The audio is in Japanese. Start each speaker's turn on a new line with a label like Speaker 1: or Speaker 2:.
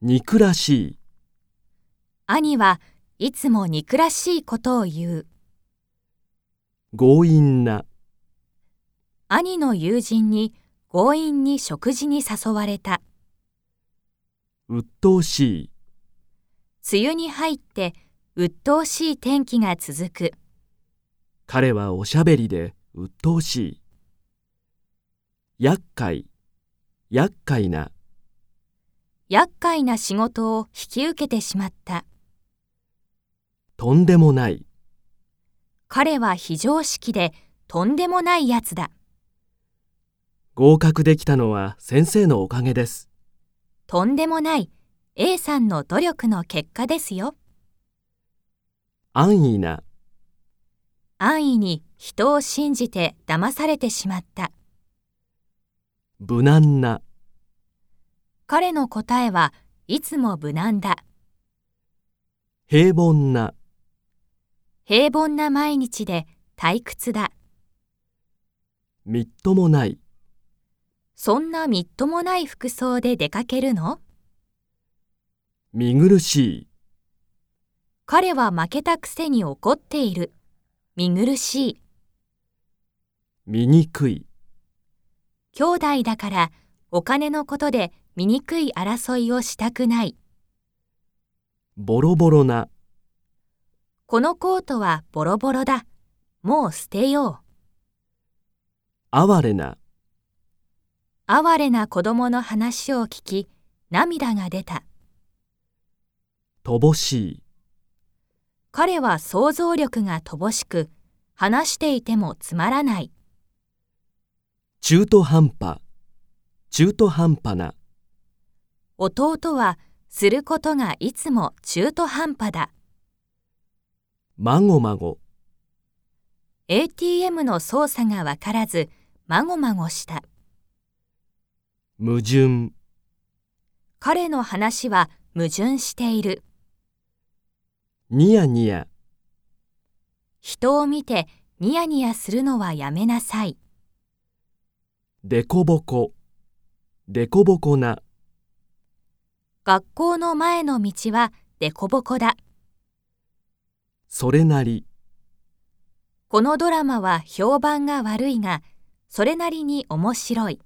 Speaker 1: 憎らしい、
Speaker 2: 兄はいつも憎らしいことを言う。
Speaker 1: 強引な、
Speaker 2: 兄の友人に強引に食事に誘われた。
Speaker 1: 鬱陶しい、
Speaker 2: 梅雨に入って鬱陶しい天気が続く。
Speaker 1: 彼はおしゃべりで鬱陶しい。厄介、厄介な、
Speaker 2: 厄介な仕事を引き受けてしまった。
Speaker 1: とんでもない、
Speaker 2: 彼は非常識でとんでもないやつだ。
Speaker 1: 合格できたのは先生のおかげです。
Speaker 2: とんでもない A さんの努力の結果ですよ。
Speaker 1: 安易な、
Speaker 2: 安易に人を信じて騙されてしまった。
Speaker 1: 無難な、
Speaker 2: 彼の答えはいつも無難だ。
Speaker 1: 平凡な、
Speaker 2: 平凡な毎日で退屈だ。
Speaker 1: みっともない、
Speaker 2: そんなみっともない服装で出かけるの
Speaker 1: 見苦しい、
Speaker 2: 彼は負けたくせに怒っている。見苦しい。
Speaker 1: 醜い、
Speaker 2: 兄弟だからお金のことで醜い争いをしたくない。
Speaker 1: ボロボロな、
Speaker 2: このコートはボロボロだ。もう捨てよ
Speaker 1: 哀れな、
Speaker 2: う。哀れな子供の話を聞き、涙が出た。
Speaker 1: 乏しい、
Speaker 2: 彼は想像力が乏しく、話していてもつまらない。
Speaker 1: 中途半端、中途半端な、
Speaker 2: 弟はすることがいつも中途半端だ。
Speaker 1: まごまご、
Speaker 2: ATM の操作がわからず、まごまごした。
Speaker 1: 矛盾、
Speaker 2: 彼の話は矛盾している。
Speaker 1: ニヤニヤ、
Speaker 2: 人を見てニヤニヤするのはやめなさい。
Speaker 1: でこぼこ、でこぼこな、
Speaker 2: 学校の前の道はデコボコだ。
Speaker 1: それなり、
Speaker 2: このドラマは評判が悪いが、それなりに面白い。